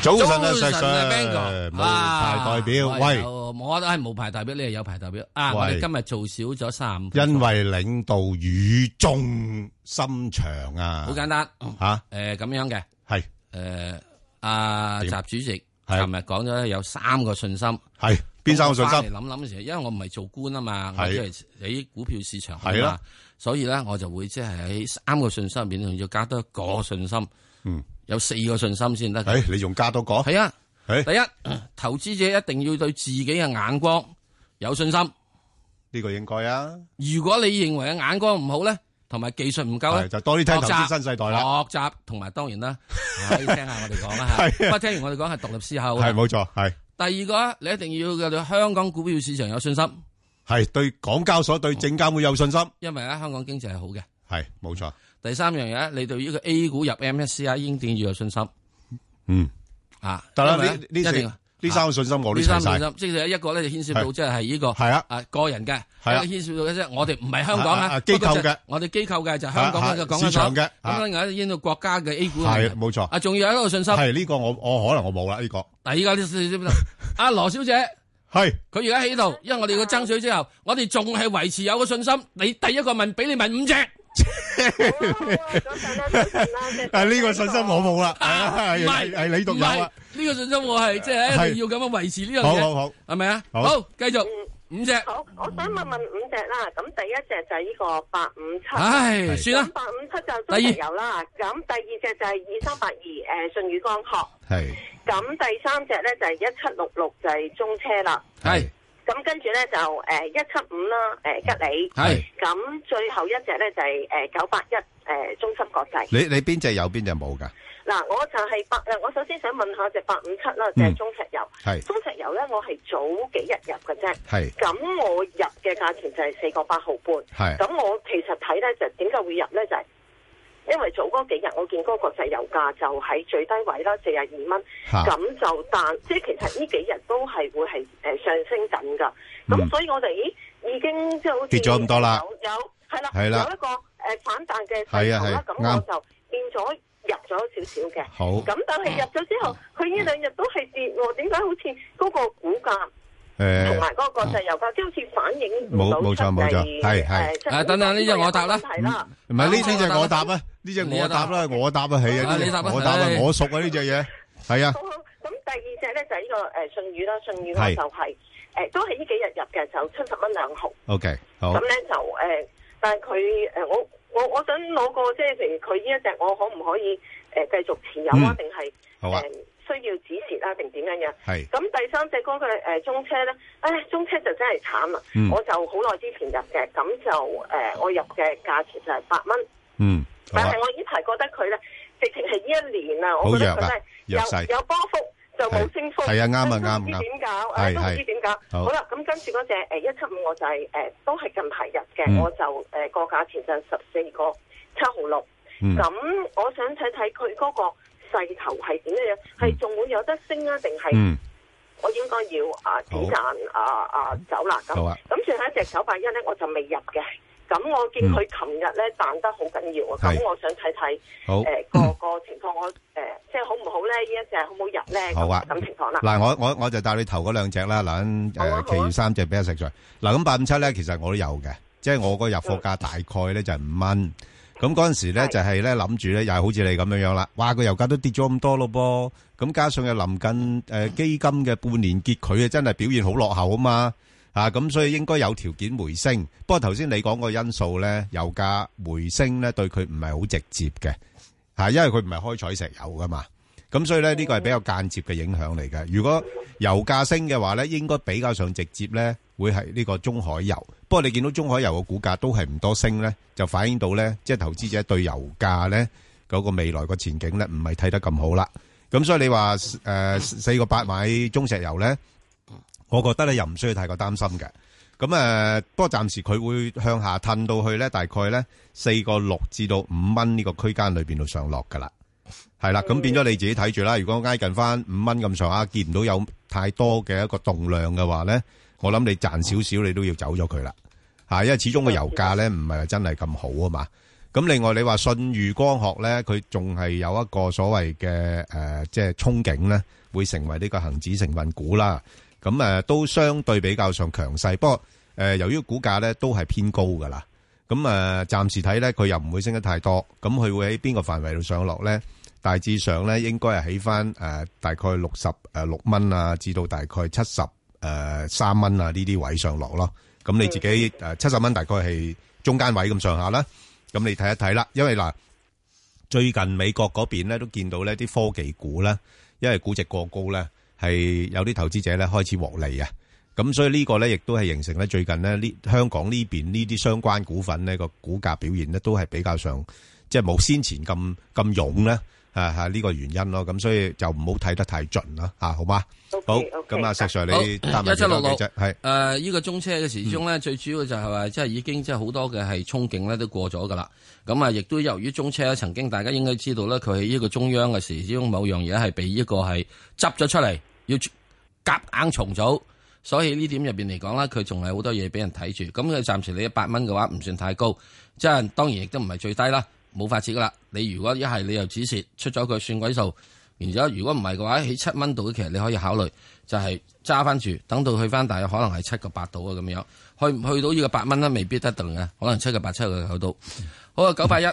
早晨啊，早晨啊石 Sir， ，Bang 哥無啊牌代表，我喂，有我都係冇牌代表，你係有牌代表啊！喂我哋今日做少咗三十五分鐘，因為領導語重心長啊，好簡單吓，誒咁樣嘅係誒，阿點習主席係琴日講咗有三個信心，係邊三個信咁我翻心？嚟諗諗嘅時候，因為我唔係做官啊嘛，我係即係喺股票市場啊係嘛啦，所以咧我就會即係喺三個信心入邊仲要加多一個信心，嗯，有四個信心先得嘅。誒，你仲加多個？係啊，誒第一，投資者一定要對自己嘅眼光有信心。呢個應該啊，如果你認為嘅眼光唔好咧，同埋技術唔夠係咧，就多啲聽學投習資新世代啦，學習同埋當然 啦，可以聽下我哋講啦嚇。係不過聽完我哋講係獨立思考嘅。係冇錯，係第二個啊，你一定要對香港股票市場有信心，係對港交所對證監會有信心，因為咧香港經濟係好嘅。係冇錯，第三樣嘢，你對呢個 A 股入 MSCI 英定要有信心嗯，啊。得啦，因為呢呢呢一定四呢三個信心我都呢齊三晒信，心，即係一個咧就牽涉到係即係係呢個係啊，啊個人嘅，係啊一個牽涉到嘅啫。我哋唔係香港啊啊啊，啊機構嘅不過就係我哋機構嘅就係香港啊啊嘅港交市場嘅咁啊另外牽涉到國家嘅 A 股係冇錯，啊，仲有一個信心。係呢個我我可能我冇啦呢個，嗱，依家啲知 唔知道？阿啊羅小姐，係佢而家喺度，因為我哋要爭取之後，我哋仲係維持有個信心。你第一個問，俾你問五隻， 啊呢個信心啊我冇啦，係啊 唔係係係你獨有啊，唔係呢個信心，我係即係係一定要咁樣維持呢樣好嘢，好好，係咪啊？好好，繼續五隻，好，我想問問五隻啦，咁第一隻就係呢個八五七，啊唉，算啦咁，八五七就中石油啦，咁第二隻就係二三八二，誒舜宇光學，係咁第三隻咧就係一七六六就係中車啦，係咁跟住咧就誒一七五啦，誒、吉利，係咁最後一隻咧就係誒九八一，誒、中芯國際。你你邊隻有邊隻冇噶？嗱，我就係八誒，我首先想問下隻八五七啦，就係嗯中石油，係中石油咧我係早幾日入嘅啫，係咁我入嘅價錢就係四個八毫半。係咁我其實睇咧就點解會入咧就係、因為早嗰幾日我見嗰個國際油價就喺最低位啦，四廿二蚊，吓咁就但即係其實呢幾日都係會係誒、呃上升緊㗎，嗯咁、所以我哋咦已經即係好似跌咗咁多啦有有係啦，係啦有一個誒、呃反彈嘅係啊勢頭啦，係咁啱我就變咗入咗少少嘅。好。嗯咁但係入咗之後，佢呢兩日都係跌喎，點解好似嗰個股價誒嗯同埋嗰個國際油價即係好似反映唔到冇冇錯冇錯出嚟係係誒出啊等等呢隻我答啦呢個有問題啦。唔係呢呢只我答啊，呢只我答啦，我答啊，係啊，呢你答啊隻我答啊係，我熟啊呢隻嘢，係啊好，好，咁第二隻咧就係呢個誒信宇啦，信宇我係就係誒都係呢幾日入嘅，就七十蚊兩毫。 ，OK，好咁，咧就誒，但係佢誒我我我想攞個即係譬如佢呢一隻，我可唔可以誒繼續持有啊？嗯定係好啊，誒需要止蝕啊？定點樣樣？係，咁第三隻嗰個誒中車咧，唉，中車就真係慘啦！嗯我就好耐之前入嘅，咁就誒、呃我入嘅價錢就係八蚊，嗯，好但啊係，我呢排覺得佢咧，直情係呢一年啊，我覺得佢好弱啊咧弱勢有有波幅就冇升幅，係係啊啱啊真係啱唔啱知點搞，係唉都唔知係點搞。好好啦，咁跟住嗰只誒一七五，我就係、呃都係近排入嘅，嗯我就誒個、價錢就十四個七毫六。嗯，咁我想睇睇佢嗰個勢頭係點樣，係仲會有得升啊，定係？嗯，我應該要啊止好賺啊啊走啦咁好。啊，咁最後一隻九百一咧，我就未入嘅。咁我見佢琴日咧彈得好緊要啊！嗯係咁我想睇睇好，嗯誒個個情況，我誒即係好唔好咧？呢一隻好唔好入咧？好啊咁咁情況啦。嗱，我我我就答你頭嗰兩隻啦，嗱，好啊呃誒，其好啊餘三隻比較食在，嗱，咁八五七咧，其實我都有嘅，即係我個入貨價大概咧就係五蚊，咁嗰陣時咧嗯係就係咧諗住咧又係好似你咁樣樣啦，哇，個油價都跌咗咁多咯噃，咁加上又臨近誒基金嘅半年結，佢啊真係表現好落後啊嘛。啊，咁所以應該有條件回升。不過頭先你講個因素咧，油價回升咧對佢唔係好直接嘅，嚇，因為佢唔係開採石油噶嘛。咁所以咧呢個係比較間接嘅影響嚟嘅。如果油價升嘅話咧，應該比較上直接咧，會係呢個中海油。不過你見到中海油嘅股價都係唔多升咧，就反映到咧，即係投資者對油價咧嗰個未來個前景咧，唔係睇得咁好啦。咁所以你話誒四個八買中石油咧，我覺得咧又唔需要太過擔心嘅。咁誒、呃不過暫時佢會向下褪到去咧，大概咧四個六至到五蚊呢個區間裏邊度上落㗎啦。係啦，咁變咗你自己睇住啦。如果挨近翻五蚊咁上下，見唔到有太多嘅一個動量嘅話咧，我諗你賺少少你都要走咗佢啦。嚇，因為始終個油價咧唔係話真係咁好啊嘛。咁另外你話信譽光學咧，佢仲係有一個所謂嘅誒，即係憧憬咧，會成為呢個恒指成分股啦。咁誒、呃都相對比較上強勢，不過誒、呃由於股價咧都係偏高噶啦。咁誒、呃、暫時睇咧，佢又唔會升得太多。咁佢會喺邊個範圍度上落咧？大致上咧，應該係起翻誒、呃大概六十誒六蚊啊，至到大概七十誒三蚊啊呢啲位上落咯。咁你自己誒七十蚊大概係中間位咁上下啦。咁你睇一睇啦，因為嗱，最近美國嗰邊咧都見到呢啲科技股咧，因為估值過高咧，係有啲投資者咧開始獲利啊。咁所以呢個咧，亦都係形成咧最近咧呢香港呢邊呢啲相關股份呢個股價表現咧都係比較上即係冇先前咁咁勇咧，啊啊呢個原因咯。咁所以就唔好睇得太盡啦，嚇好嗎？好，咁啊石 Sir 你答埋一七六六幾隻係誒，呢個中車嘅時鐘咧，最主要就係話，即係已經即係好多嘅係憧憬咧，都過咗噶啦。咁啊，亦都由於中車咧，曾經大家應該知道咧，佢喺呢個中央嘅時鐘某樣嘢係被呢個係執咗出嚟，要夾硬重組。所以呢點入邊嚟講咧，佢仲係好多嘢俾人睇住。咁佢暫時你一百蚊嘅話，唔算太高，即係當然亦都唔係最低啦，冇法子噶啦。你如果一係你又止蝕出咗佢算鬼數，然之後如果唔係嘅話，喺七蚊度其實你可以考慮就係揸翻住，等到去翻大約可能係七個八度啊咁樣，去唔去到呢個八蚊咧，未必得定嘅，可能七個八、七個九度。好啊，九八一，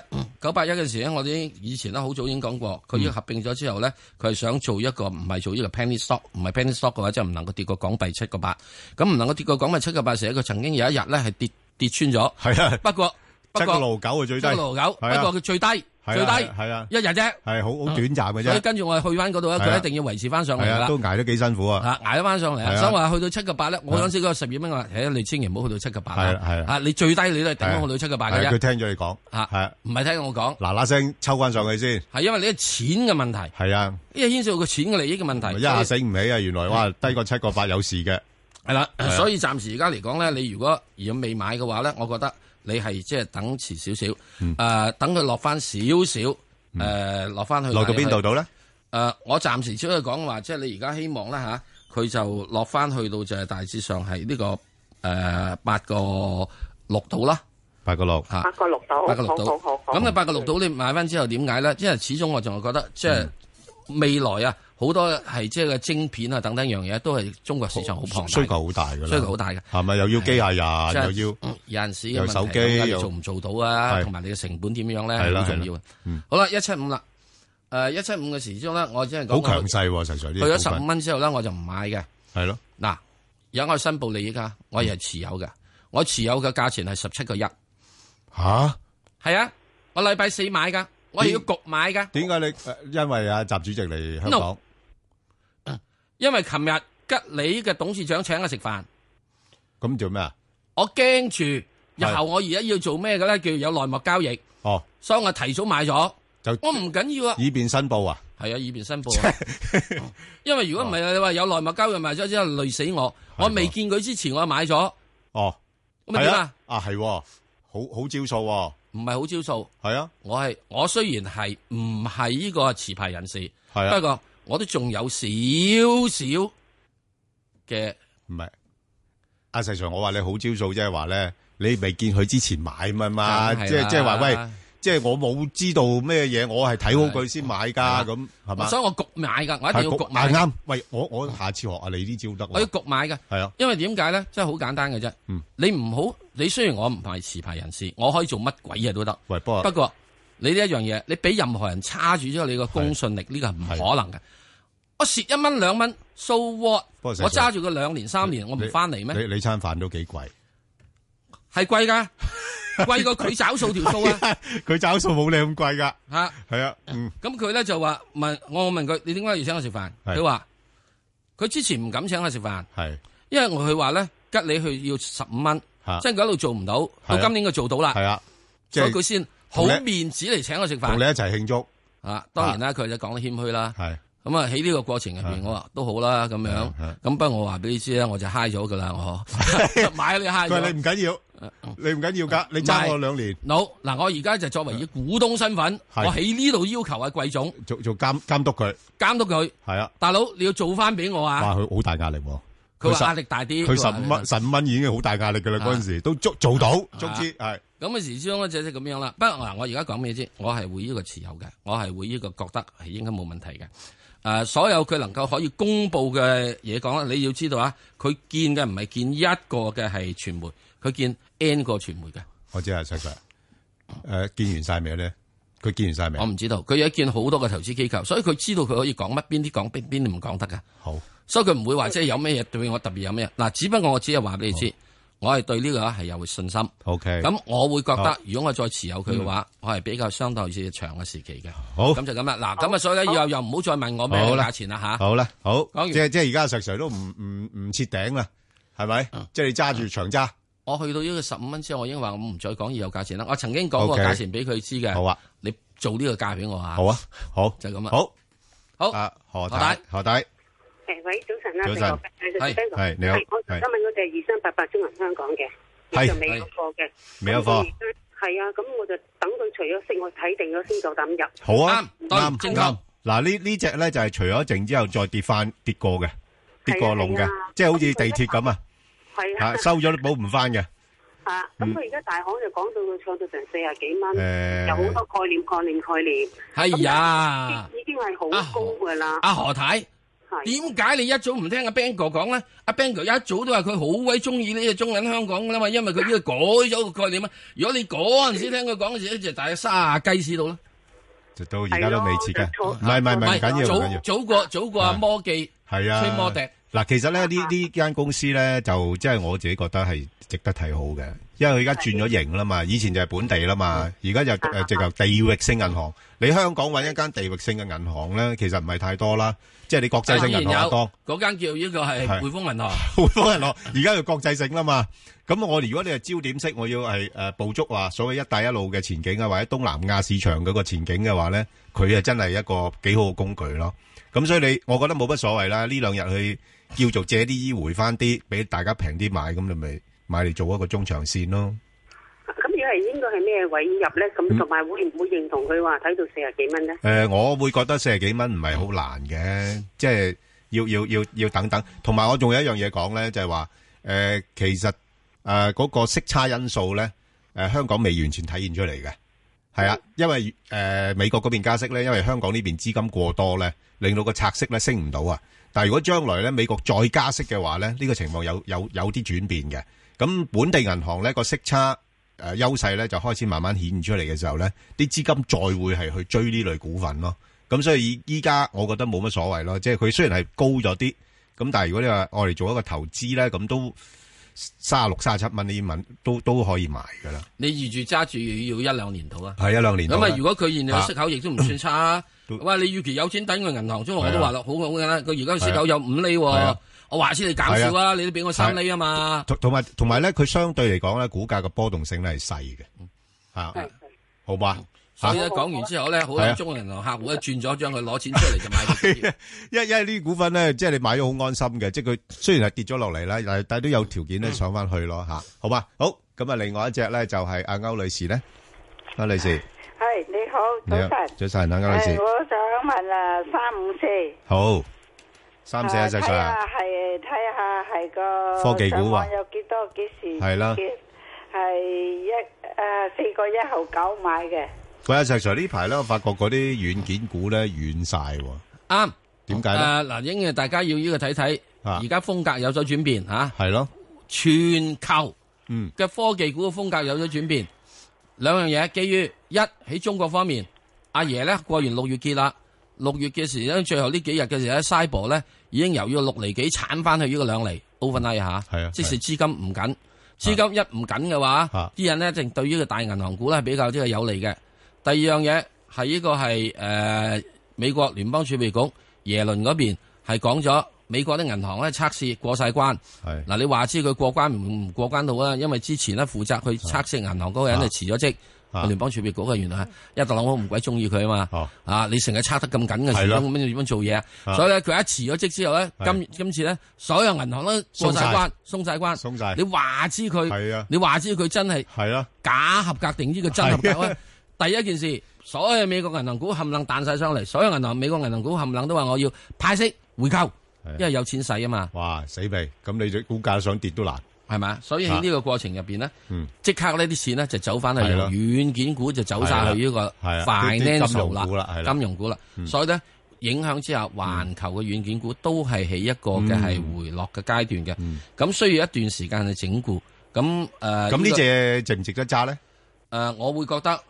九八一嘅時咧，我哋以前咧好早已經講過，佢要合併咗之後咧，佢係想做一個唔係做呢個 penny stock，唔係 penny stock 嘅話，即係唔能夠跌過港幣七個八，咁唔能夠跌過港幣七個八時咧，佢曾經有一日咧係跌跌穿咗，係啊，不過不七個過六九啊最七低，個六九，不係啊過佢最低係最啊低係啊，一日啫，係好好短暫嘅所以啫，跟住我哋去翻嗰度咧，係啊佢一定要維持翻上嚟係㗎啊，啦。都捱得幾辛苦啊。啊，捱得翻上嚟係啊！啊所以話去到七個八咧，我嗰陣時嗰個十二蚊，我話：，誒，你千祈唔好去到七個八係啦係啦啦！啊，你最低你都係係頂啊到去到七個八嘅啫，係，佢聽咗你講，啊。唔係聽我係，講，嗱嗱聲抽返上去先，係啊，係因為你係錢嘅問題，因為牽涉到個錢嘅利益嘅問題。一下醒唔起啊，原來，哇，嗯低過7.8有事嘅，係啦係啊，所以暫時而家嚟講咧，你如果如果未買嘅話咧，我覺得你係即係等遲少少，嗯誒，等佢落翻少少，誒，落翻去落到大約邊度到呢？誒、呃我暫時只可以講話，即係你而家希望啦吓，佢、就落翻去到就係大致上係呢、個誒八個六度啦8.6嚇，八個六度，八個六度。好好好好。啊咁你啊八個六度你買翻之後點解咧？因為始終我仲係覺嗯得即係未來啊，好多係即係個晶片啊等等樣嘢都係中國市場好龐大，需求好大㗎啦，需求好大嘅。係咪？又要機械人，即係又要-嗯有陣時又嘅手問機題，睇下你又做唔做到啊？係同埋你嘅成本點樣係咧，啦好重係要嘅啊嗯。好啦，一七五啦，誒一七五嘅時鐘咧，我只係講我去好強勢喎，實在呢啲咗股份。十五蚊之後咧，我就唔買嘅。嗱，有我申報利益噶，我亦係持有嘅，我持有嘅價錢係十七個一，係咯。吓？點解你-係啊，我禮拜四買噶，我係要局買噶，呃因為啊，習主席嚟香港。 No。因為琴日吉利嘅董事長請我食飯，啊我驚住日後我而家要做咩嘅咧，叫有內幕交易，咁做咩啊？哦，就所以我提早買咗，我唔緊要啊，以便申報啊？係啊，以便申報啊，因為如果唔哦係你話有內幕交易賣咗之後累死我，我未見佢之前我買咗，哦，係啊，咁咪點啊？啊，係喎，好-好招數喎，係啊，係啊，啊唔係好招數。我係我雖然係唔係呢個持牌人士，啊不過我都仲有少少嘅，唔係，啊阿石 Sir，我話你好招數，即係話咧，你未見佢之前買咪嘛，梗係啦啊即係即係話喂，即係我冇知道咩嘢，我係睇好佢先買噶，係啊咁係嘛？所以我焗買噶，我一定要係啊焗係買，啱，喂，我我下次學下啊你呢招得我要喎，焗買噶，係啊，因為點解咧？真係好簡單嘅啫嗯。你唔好，你雖然我唔係持牌人士，我可以做乜鬼嘢都得，喂，不過不過你呢一樣嘢，你俾任何人叉住咗你個公信力，呢個係唔可能嘅。我蝕一蚊兩蚊，so what？不過我實在揸住佢兩年三年，我唔你翻嚟咩？你你餐飯都幾貴，係貴噶，貴過佢找數條數啊！ 佢找數冇你咁貴噶，吓，係啊，嗯，咁佢咧就話問我問佢，你點解要請我食飯？係佢話佢之前唔敢請我食飯，係因為佢話咧吉你去要十五蚊，嚇即係佢一路做唔到，係啊到今年佢做到啦係，啊，即所以係佢先同好你面子嚟請我食同你飯一齊慶祝，啊！當然啦，佢就講得謙虛啦。係咁啊喺呢個過程入邊，我話都好啦咁樣。係咁不過我話俾你知啦，我就嗨咗噶 啦，我買你嗨佢話你咗。唔緊要，嗯你唔緊要㗎，你爭我兩年好嗱，我而家就作為以股東身份，我啊係喺呢度要求阿貴總做做監監督佢，監督佢，係啊，大佬你要做翻俾我啊！哇佢好大壓力喎，佢佢十話壓力大啲，佢話壓力十五大蚊十五蚊已經好大壓力啊㗎啦，嗰陣時都捉做到，總之係咁嘅時之中咧就即係咁樣啦。不過嗱，我而家講咩啫？我係會呢個持有嘅，我係會呢個覺得係應該冇問題嘅。誒、所有佢能夠可以公佈嘅嘢講啦，你要知道啊，佢見嘅唔係見一個嘅係傳媒，佢見 N 個傳媒嘅，我知係石 Sir，誒見完晒未咧？佢見完晒我未？唔知道。佢有見好多嘅投資機構，所以佢知道佢可以講乜，邊啲講，邊邊啲唔講得㗎。好，所以佢唔會話即係有咩嘢對我特別有咩嘢。嗱，只不過我只係話俾你知，我係對呢個係有信心。 OK，咁我會覺好得，如果我再持有佢嘅話，我係比較相對似長嘅時期嘅。好咁就咁啦。嗱，咁啊，所以咧以後又唔好再問我咩好啦價錢啦吓。好啦，好，講完。即係即係而家石 Sir 都唔唔唔設頂啦，係咪？即係你揸住長揸，我去到呢個十五蚊之後，我已經話我唔再講以後價錢啦。我曾經講過 OK 價錢俾佢知嘅。好啊，你做呢個價俾我啊。好啊，好，就咁啦好，好啊，何何太，何太，誒，喂，早晨啊，早晨晨係係你好我係想問嗰隻二三八八中銀香港嘅，係我就未有貨嘅，未有貨咁我而家。係啊，咁我就等佢除咗息，我睇定咗先夠膽入。好啊，啱對啱正啱。嗱呢呢只咧就係除咗淨之後再跌翻跌過嘅，跌過籠嘅係啊，即係好似地鐵咁啊，係啊啊，收咗都補唔翻嘅。啊，咁佢而家大行就講到佢唱到成四十幾蚊，誒有好多概念、概念、概念。係呀，已經係好高噶啦，阿何太，係點解你一早唔聽阿 Bang 哥講咧？阿 Bang 哥一早都話佢好鬼中意呢隻中銀香港噶啦嘛，因為佢呢個改咗個概念啊。如果你嗰陣時聽佢講嘅時咧，就大約卅雞屎到啦。就到而家都未切嘅係咯，唔係唔係唔係唔緊要唔緊早要。早過早過阿啊摩記。系啊，吹魔笛嗱，其實咧呢呢間公司咧就即係我自己覺得係值得睇好嘅，因為佢而家轉咗型啦嘛，以前就係本地啦嘛，而家就誒直頭地域性銀行。你香港揾一間地域性嘅銀行咧，其實唔係太多啦，即係你國際性銀行多。嗰間叫呢個係係匯豐銀行， 匯豐銀行而家佢國際性啦嘛，咁我如果你係焦點式，我要係誒捕捉話所謂一帶一路嘅前景啊，或者東南亞市場嗰個前景嘅話咧，佢啊真係一個幾好嘅工具咯。咁所以你，我覺得冇乜所謂啦。呢兩日去叫做借啲衣回翻啲，俾大家平啲買，咁你咪買嚟做一個中長線咯。咁而係應該係咩位入咧？咁同埋會唔會認同佢話睇到四十幾蚊咧？誒、我會覺得四十幾蚊唔係好難嘅，即係要要要要等等。同埋我仲有一樣嘢講咧，就係話誒，其實誒嗰、個息差因素咧，誒、香港未完全體現出嚟嘅，係啊，因為誒、美國嗰邊加息咧，因為香港呢邊資金過多咧，令到個拆息咧升唔到啊。但係如果將來咧美國再加息嘅話咧，呢、個情況有有有啲轉變嘅。咁本地銀行咧個息差。誒呃優勢咧就開始慢慢顯現出嚟嘅時候咧，啲資金再會係去追呢類股份咯。咁所以依家我覺得冇乜所謂咯，即係佢雖然係高咗啲，咁但係如果你話我嚟做一個投資咧，咁都三六三七蚊呢啲蚊都都可以買噶啦，你預住揸住要一兩年到啊。係一兩年到咁啦。嗯啊，如果佢現有息口亦都唔算差，啊都哇！你預期有錢等佢銀行，中係啊我都話啦，好好簡單。佢而家息口有五厘係喎啊，我話先你減少啊，你都俾我三厘啊嘛。同同埋同埋咧，佢相對嚟講咧，股價嘅波動性咧係細嘅，嚇、係好嘛？所以咧講完之後咧，好啊係多啊中國銀行客戶咧轉咗，將佢攞錢出嚟就買佢股票。 因因為呢啲股份咧，即係你買咗好安心嘅，即係佢雖然係跌咗落嚟啦，但係但係都有條件咧上翻去咯吓，好嘛？好，咁啊，另外一隻咧就係阿歐女士咧，歐女士，系你好，你好早晨。早晨，啊歐女係士，我想問啊，三五四，好，三四一隻睇上啊，下係睇下係個科技股啊上網有幾多幾時？係啦係一诶四個一毫九買嘅，喂，阿石 Sir 呢排咧，我發覺嗰啲軟件股咧軟晒喎，啱點解咧？誒嗱，應該大家要呢個睇睇，啊而家風格有所轉變啊嚇。係咯，全球嗯嘅科技股嘅風格有咗轉變，兩樣嘢基於一喺中國方面，阿爺咧過完六月結啦，六月嘅時咧最後呢幾日嘅時咧 c y b e 咧已經由呢個六厘幾鏟翻去呢個兩厘 overnight 下，係啊即使資金唔緊，資金一唔緊嘅話啊，啲人咧一定對呢個大銀行股咧係比較即係有利嘅。第二樣嘢係呢個係誒、呃美國聯邦儲備局耶倫嗰邊係講咗美國啲銀行咧測試過晒關。係嗱，你話知佢過關唔唔過關到啊？因為之前咧負責去測試銀行嗰個人就辭咗職，啊聯邦儲備局嘅原來係，因為特朗普唔鬼中意佢啊嘛哦，啊你成日測得咁緊嘅係時咯鐘，咁樣點樣做嘢啊啊？所以咧佢一辭咗職之後咧，係今今次咧所有銀行都過鬆晒晒關，鬆晒關，鬆晒你話知佢，係啊，你話知佢真係係啦，假合格定呢個真合係啊格？喂第一件事，所有美國銀行股冚唪唥彈晒上嚟，所有銀行美國銀行股冚唪唥都話我要派息回購，係因為有錢使啊嘛，哇，死未？咁你只股價想跌都難，係咪啊？所以啊喺呢個過程入邊咧嗯，即刻呢啲錢咧就走翻去係由啦軟件股就走晒去呢個係啊啲啲金 financial 融股啦係啦嗯啦、金融股啦，所以咧。影響之下，環球嘅軟件股都係喺一個嘅嗯係回落嘅階段嘅，咁需要一段時間去整固。咁誒，呃咁呢個只值唔值得揸咧？誒，我會覺得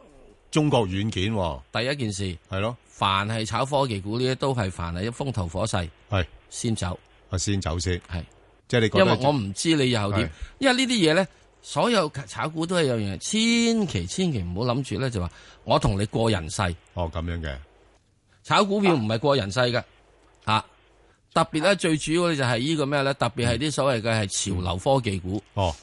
中國軟件喎第一件事，係咯，凡係炒科技股呢，啲都係凡係風頭火勢係先走，我先走先，係即係你覺因得為我唔知你以後係點，因為呢啲嘢咧，所有炒股都係有樣嘢，千祈千祈唔好諗住咧就話我同你過人世，哦咁樣嘅，炒股啊票唔係過人世嘅吓、啊特別咧最主要咧就係呢個咩咧，特嗯別係啲所謂嘅係潮流科技股，哦，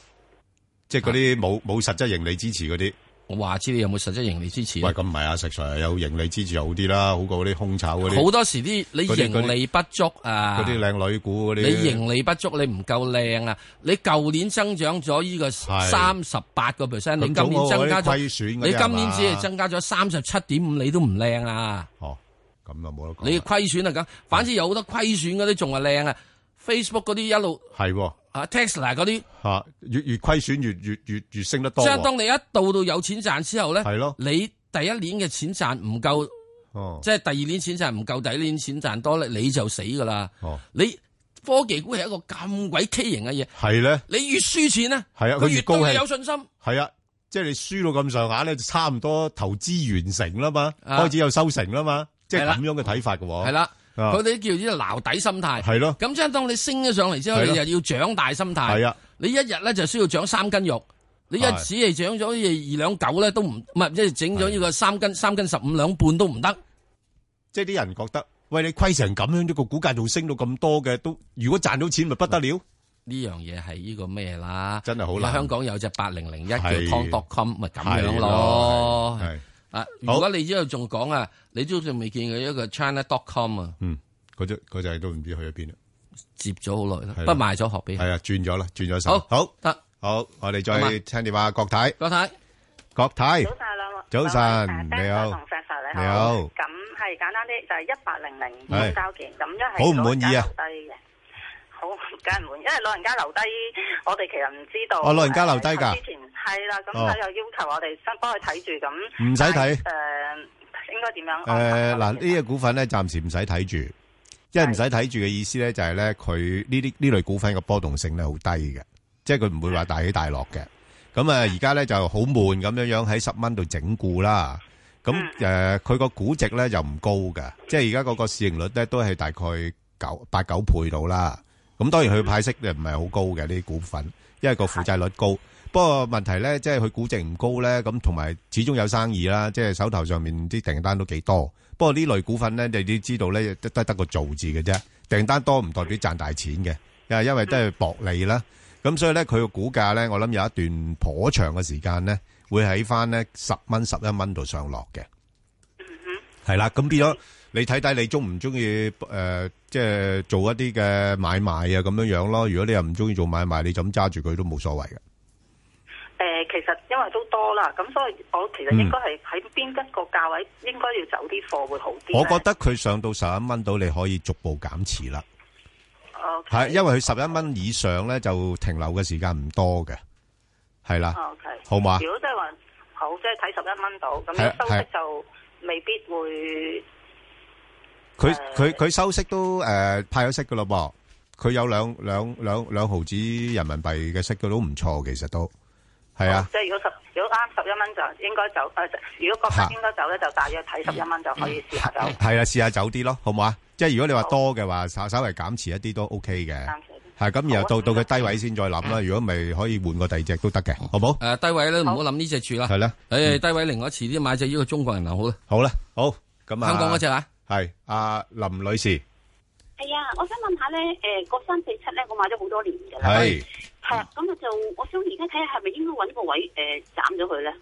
即係嗰啊啲冇冇實質盈利支持嗰啲，我話知你有冇實質盈利支持啊喂，？咁唔係啊，石 Sir 有盈利支持好啲啦，好過嗰啲空炒嗰啲好，多時啲你嗰啲盈利不足啊，嗰啲靚女股嗰啲，你盈利不足，你唔夠靚啊！你舊年增長咗呢個係三十八個 percent，你咁今年早增嗰啲加咗，虧損嗰啲啊你今係年嘛只係增加咗三十七點五，你都唔靚啊！哦，咁就冇得講啦，你虧損啊咁，反正有好多虧損嗰啲仲係靚啊！Facebook 嗰啲一路係喎啊，Tesla 嗰啲，吓，越越虧損越越越越升得多即喎，係當你一到到有錢賺之後咧，係咯，你第一年嘅錢賺唔夠，哦即係第二年錢賺唔夠，第一年錢賺多咧，你就死噶啦！哦，你科技股係一個咁鬼畸形嘅嘢，係咧。你越輸錢咧，係啊佢佢越越高高興有信心。系啊，即系你输到咁上下咧，就差唔多投资完成啦嘛，啊开始有收成啦嘛，即系係啦咁样嘅睇法嘅喎。系，啦，啊佢哋叫呢個撈底心態。係咯咁即係當你升咗上嚟之後，係你咯就要長大心態。係啊，你一日咧就需要長三斤肉，你一日係只係長咗二兩九咧都唔唔係，即係整咗呢個三斤三斤十五兩半都唔得。即系啲人觉得，喂，你亏成咁样，呢个股价仲升到咁多嘅，都如果赚到钱咪不得了。呢樣嘢係呢個咩啦？真係好難啦！香港有隻八零零一叫係 Tom.com 咪咁樣係咯。係啊，如好果你之後仲講啊，你都仲未見佢一個 China.com 啊，嗯，嗰只嗰只都唔知去咗边啦。接咗好耐啦，係不啦過賣咗學俾系人。啊，转咗啦，转咗手。好好，得好，我哋再好嘛听电话，郭太，郭太，郭太，早晨，兩位早 Vâng 晨兩位你好誒 Spencer 同石 Sir 你你好好。咁係簡單啲，就係一八零零係交件，咁一係好唔滿意啊老人家留低嘅？好，梗係唔滿意，因為老人家留低，我哋其實唔知道。哦老人家留低㗎誒之前係啦，咁佢哦又要求我哋幫幫佢睇住，咁唔使睇 ờ, 誒、應該點樣安排？诶，嗱，呢只股份咧，暫時唔使睇住，因為唔使睇住嘅意思咧，就係咧佢呢啲呢類股份嘅波動性咧好低嘅，即係佢唔會話大起大落嘅。咁啊，而家咧就好悶咁樣樣喺十蚊度整固啦。咁诶，誒佢個估值咧就唔高嘅，即係而家嗰個市盈率咧都係大概九八九倍到啦。咁當然佢派息就唔係好高嘅呢啲股份，因為個負債率高。不過問題咧，即係佢估值唔高咧，咁同埋始終有生意啦，即係手頭上面啲訂單都幾多。不過呢類股份咧，你都知道咧，得得得個做字嘅啫，訂單多唔代表賺大錢嘅，因為因為都係薄利啦。咁所以咧，佢個股價咧，我諗有一段頗長嘅時間咧，會喺翻咧十蚊、十一蚊度上落嘅。係啦，咁變咗你睇睇你中唔中意誒，即係做一啲嘅買賣啊咁樣樣咯。如果你又唔中意做買賣，你就咁揸住佢都冇所謂嘅。誒、其實因為都多啦，咁所以我其實應該係喺邊一個價位應該要走啲貨會好啲呢。我覺得佢上到十一蚊到，你可以逐步減持啦。 o 係，因為佢十一蚊以上咧，就停留嘅時間唔多嘅，係啦， O K，好嘛如果即係話好，即係睇十一蚊到，咁係啊樣收息係就未必會佢佢佢收息都诶派咗息噶咯噃，佢有兩兩兩兩毫子人民幣嘅息，佢都唔錯，其實都係啊。即係如果十如果啱十一蚊就應該走，誒、如果覺嚇得應該走咧，就大約睇十一蚊就可以試下走。係啊，試下走啲咯，好唔好啊？即係如果你話多嘅話，稍稍微減持一啲都 OK 嘅。減持係咁，然後好到啊到佢低位先再諗啦。如果唔係，可以換個第二隻都得嘅，好冇？誒低位咧唔好諗呢只住啦。係啦，誒低位另外遲啲買只呢個中國銀行好啦，好啦，好咁啊。香港嗰只啊。係阿林女士，系啊，我想問下咧，诶、嗰三四七咧，我買咗好多年㗎啦，係係啊咁啊就，我想而家睇下係咪應該揾個位诶斬咗佢咧？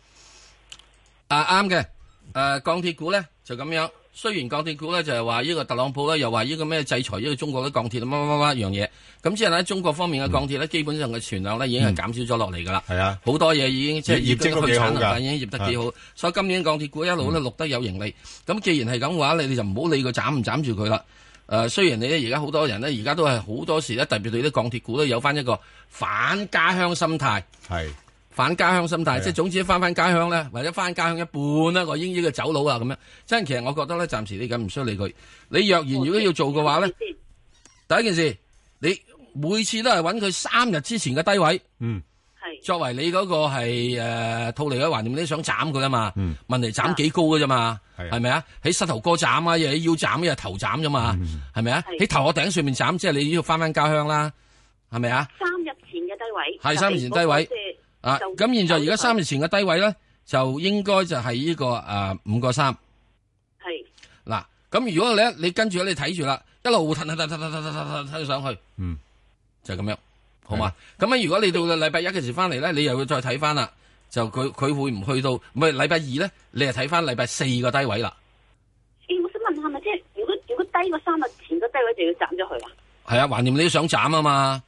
啊啱嘅，誒鋼鐵股咧就咁樣。雖然鋼鐵股咧就係話呢個特朗普咧又話呢個咩制裁呢個中國啲鋼鐵啊乜乜乜乜一樣嘢，咁之後咧中國方面嘅鋼鐵咧基本上嘅存量咧已經係減少咗落嚟㗎啦。係啊，好多嘢已經即係業業績都幾好㗎去產能化已經業得幾好，所以今年鋼鐵股一路咧錄得有盈利。咁既然係咁嘅話，你你就唔好理佢斬唔斬住佢啦。誒、啊雖然你咧而家好多人咧，而家都係好多時咧，特別對啲鋼鐵股咧有翻一個反家鄉心態。係返家鄉心係啊態，即係總之翻翻家鄉咧，或者翻家鄉一半啦，我英英嘅走佬啊咁樣。真係其實我覺得咧，暫時你咁唔需要理佢。你若然如果要做嘅話咧，第一件事你每次都係揾佢三日之前嘅低位。嗯係作為你嗰個係誒套利嘅橫掂，你想斬佢噶嘛？嗯問題斬幾高嘅啫嘛，係啊係咪啊？喺膝頭哥斬啊，又喺腰斬，又係頭斬啫嘛，係咪啊？係喺頭殼頂上面斬，即係你要翻翻家鄉啦，係咪啊？三日前嘅低位，係三日前低位啊，就咁現在而家就三日前嘅低位咧，就應該就係呢個誒五個三係嗱。咁如果咧你跟住你睇住啦，一路騰騰騰騰騰騰騰騰上去，嗯，就咁樣，好嘛？咁啊，如果你到禮拜一嘅時翻嚟咧，你又要再睇翻啦。就佢佢會唔去到唔係禮拜二咧？你係睇翻禮拜四個低位啦。咦，我想問下咪即係如果如果低過三日前嘅低位就要斬咗佢啊？係啊，橫掂你都想斬啊嘛，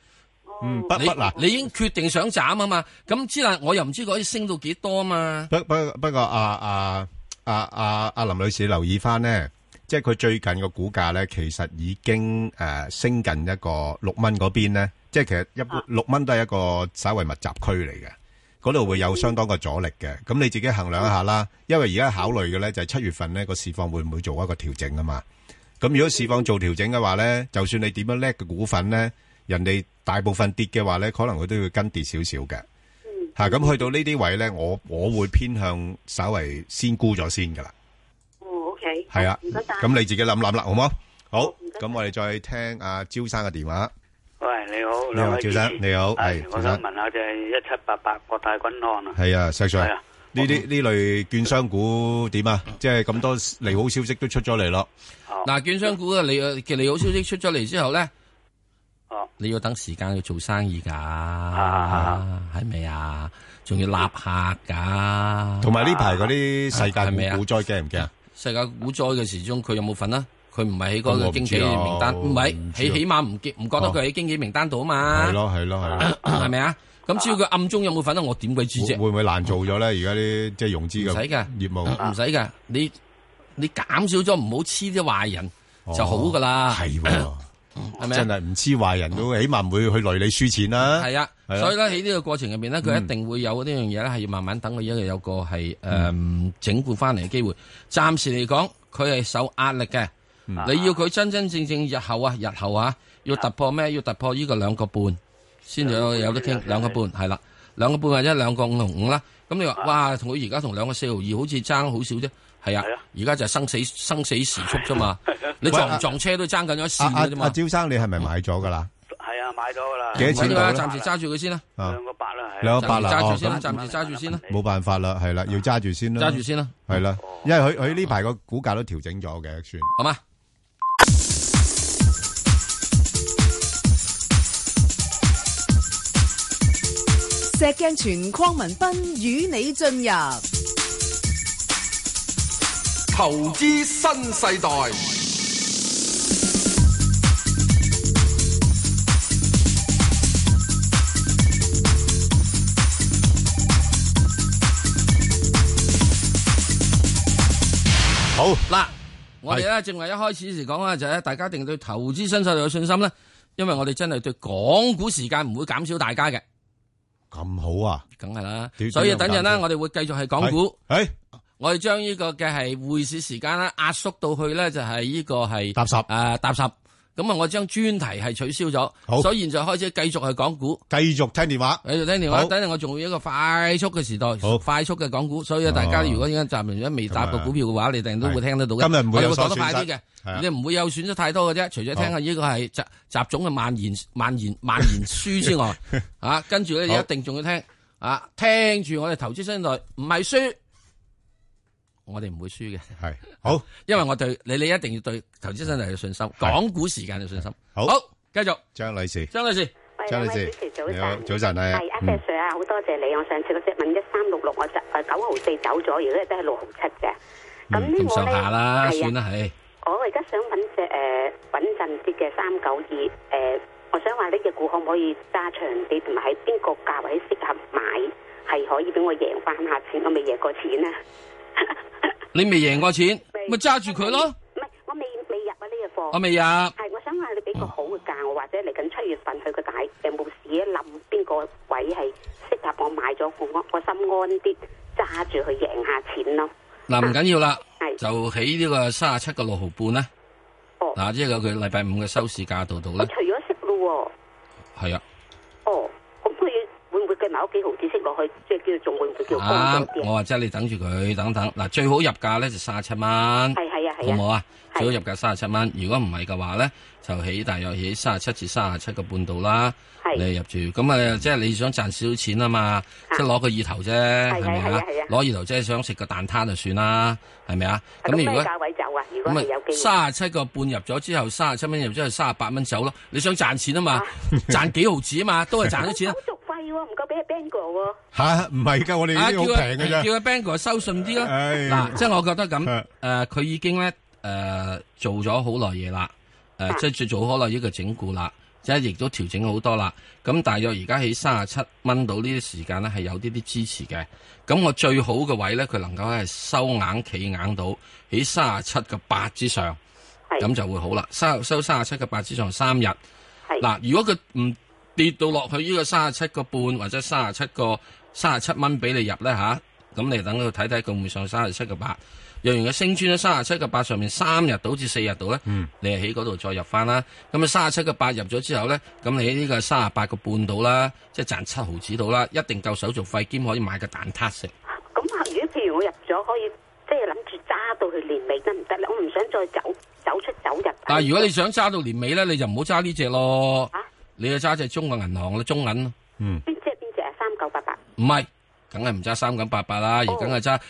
嗯，不你不嗱，你已經決定想斬啊嘛。咁之但我又唔知佢可以升到幾多啊嘛。不不不過啊啊啊啊啊林女士留意翻咧，即係佢最近個股價咧，其實已經誒升近一個六蚊嗰邊咧，即係其實一般六蚊都係一個稍為密集區嚟嘅，嗰度會有相當嘅阻力嘅。咁你自己衡量一下啦，因為而家考慮嘅咧就係七月份咧個市況會唔會做一個調整啊嘛。咁如果市況做調整嘅話咧，就算你點樣叻嘅股份咧，人哋大部分跌嘅話咧，可能佢都要跟跌少少嘅。吓咁去到呢啲位咧，我我会偏向稍為先沽咗先噶啦，哦，OK，係啊，唔該晒咁你自己諗諗啦，好唔好？好唔，該晒咁我哋再聽阿招生嘅電話。喂，你好，你好兩位趙主生持你好係係趙我生想問下就係一七八八國泰君安啊，係啊，石 Sir，係啊呢啲呢類券商股點啊？即係咁多利好消息都出咗嚟咯，嗱，券商股嘅利嘅利好消息出咗嚟之後咧，哦，你要等時間去做生意㗎，啊係咪啊？仲要立客㗎。同埋呢排嗰啲世係咪界啊股股災驚唔驚啊？世界股災嘅時鐘，佢有冇份啊？佢唔係喺嗰我個唔知經紀名單，啊唔係唔知啊起起碼唔記唔覺得佢喺經紀名單度啊嘛係，咯係咯係咯，係咪啊？咁只要佢暗中有冇份啊，我點鬼知啫？會會唔會難做咗咧？而家啲即係融資唔嘅使㗎業務唔使噶，你你減少咗，唔好黐啲壞人就好噶啦，係喎，係咪真啊？係唔知壞人都起碼唔會去累你輸錢啦。嗯係啊，係啊所以咧喺呢個過程入面咧，佢一定會有呢樣嘢咧，係要慢慢等佢一個有個係誒嗯整固翻嚟嘅機會。暫時嚟講，佢係受壓力嘅。你要佢真真正正日後啊，日後啊，要突破咩？要突破呢個兩個半，先至有有得傾。兩個半係啦，兩個半或者兩個五毫五啦。咁你話哇，同佢而家同兩個四毫二好似爭好少啫。係啊係啊，而家就係生死生死時速 啫嘛。啊你撞唔撞車都爭緊咗一阿線阿嘅啫阿嘛。招生，你係咪買咗噶啦？係啊，買咗噶啦，啊幾多唔錢緊到要啊，咧暫時揸住佢先啦。啊兩個八啦，係啊兩個八啦暫時揸住先哦啦，咁暫時揸住先啦。 冇辦法啦，係啦，要揸住先啦，揸住先啦，係啦，因為佢佢呢排個股價都調整咗嘅，算好嘛？石鏡泉匡文斌與你進入投資新世代，好嗱，我哋咧正話一開始時講啦，啊就係大家一定對投資新勢力有信心咧，因為我哋真係對港股時間唔會減少大家嘅，咁好啊，梗係啦點。所以等陣點樣減咧，少我哋會繼續係港股，係，我哋將呢個嘅係匯市時間咧壓縮到去咧就係呢個係搭十誒搭十。咁啊，我將專題係取消好咗，所以現在開始繼續係港股。係繼續聽電話，繼續聽電好哎啊話，等陣我仲會有一個快速嘅時代好，快速嘅港股，所以大家哦如果而家暫時如果未搭過股票嘅話，你哋都會聽得到嘅。今日唔會有我哋講得所快損失係啲啊嘅，你唔會有損失太多嘅啫。除咗聽下呢個係習習總嘅 蔓延、蔓延、蔓延書之外，啊，跟住咧你好一定仲要聽啊，聽住我哋投資新代唔係輸，我哋唔會 輸嘅，係好，因為我對你你一定要對投資新代有信心，港股時間有信心。好好，繼續張女士，張女士，誒、喂，張女兩位士主持早你好晨，早晨係係阿嗯 Sir Sir 啊，好多謝你，我上次嗰只問一三六六，我就誒九毫四走咗，而家都係六毫七嘅。咁呢嗯咁我上咧下啦，係啊算啦，係我而家想揾只誒穩陣啲嘅三九二誒，我想話呢只股可唔可以揸長啲，同埋喺邊個價位適合買，係可以俾我贏翻下錢，我未贏過錢啊！你未贏過錢，咪揸住佢咯。唔係，我未未入啊呢只貨。我未入係，我想話你俾個好嘅價我，或者嚟緊七月份佢個大有冇市一冧邊個位係適合我買咗股，我我心安啲，揸住佢贏下錢咯。嗱，唔緊要啦，就喺呢個三十七個六毫半咧。嗱，即係佢禮拜五嘅收市價度度我咧，哦除咗息咯係啊，喎，哦咁佢會唔會計埋屋企毫子息落去，即係叫仲會唔會叫高咗啱。啲我啊？話即係你等住佢，等等。嗱，最好入價咧就三十七蚊，係係啊好係啊唔好啊？最好入價三十七蚊。如果唔係嘅話咧，就起大約起三十七至三十七個半度啦。你入住，咁啊，即係你想賺少少錢啊嘛，即係攞個意頭啫，係咪係啊啊係啊？攞意頭即係想食個蛋撻就算啦，係咪啊？咁你咩如果價位走啊？如果係有機咁會，咪三十七個半入咗之後，三十七蚊入咗之後，三十八蚊走咯。你想賺錢 啊嘛，賺幾毫子啊嘛，都係賺咗錢啊。續費喎，唔夠俾阿 Bang 哥喎。吓，唔係㗎，我哋呢啲啊，好叫佢-平㗎咋。叫佢Bangor收信啲啦。嗱，即係我覺得咁，誒，佢已經呢，誒，做咗好耐嘢啦。誒，即係做好耐呢個整固啦，即係亦都調整好多啦。咁大約而家喺37蚊到呢啲時間呢，係有啲啲支持嘅。咁我最好嘅位呢，佢能夠係收硬企硬到喺37個八之上，咁就會好啦。收-收37個八之上三日。嗱，如果佢唔跌到落去呢個三十七個半或者三十七個三十七蚊俾你入咧吓，咁、你等佢睇睇佢會唔會上三十七個八。若然佢升穿咗三十七個八上面三日到至四日到咧，你係喺嗰度再入翻啦。咁啊三十七個八入咗之後咧，咁你喺呢個三十八個半到啦，即係賺七毫子到啦，一定夠手續費兼可以買個蛋撻食。咁啊如果譬如我入咗，可以即係諗住揸到佢年尾得唔得咧？我唔想再走走出走入。啊但係如果你想揸到年尾咧，你就唔好揸呢只咯，你就揸只中國銀行啦，中銀咯。嗯。邊只邊只啊？三九八八。唔係，梗係唔揸三九八八哦啦，而梗係揸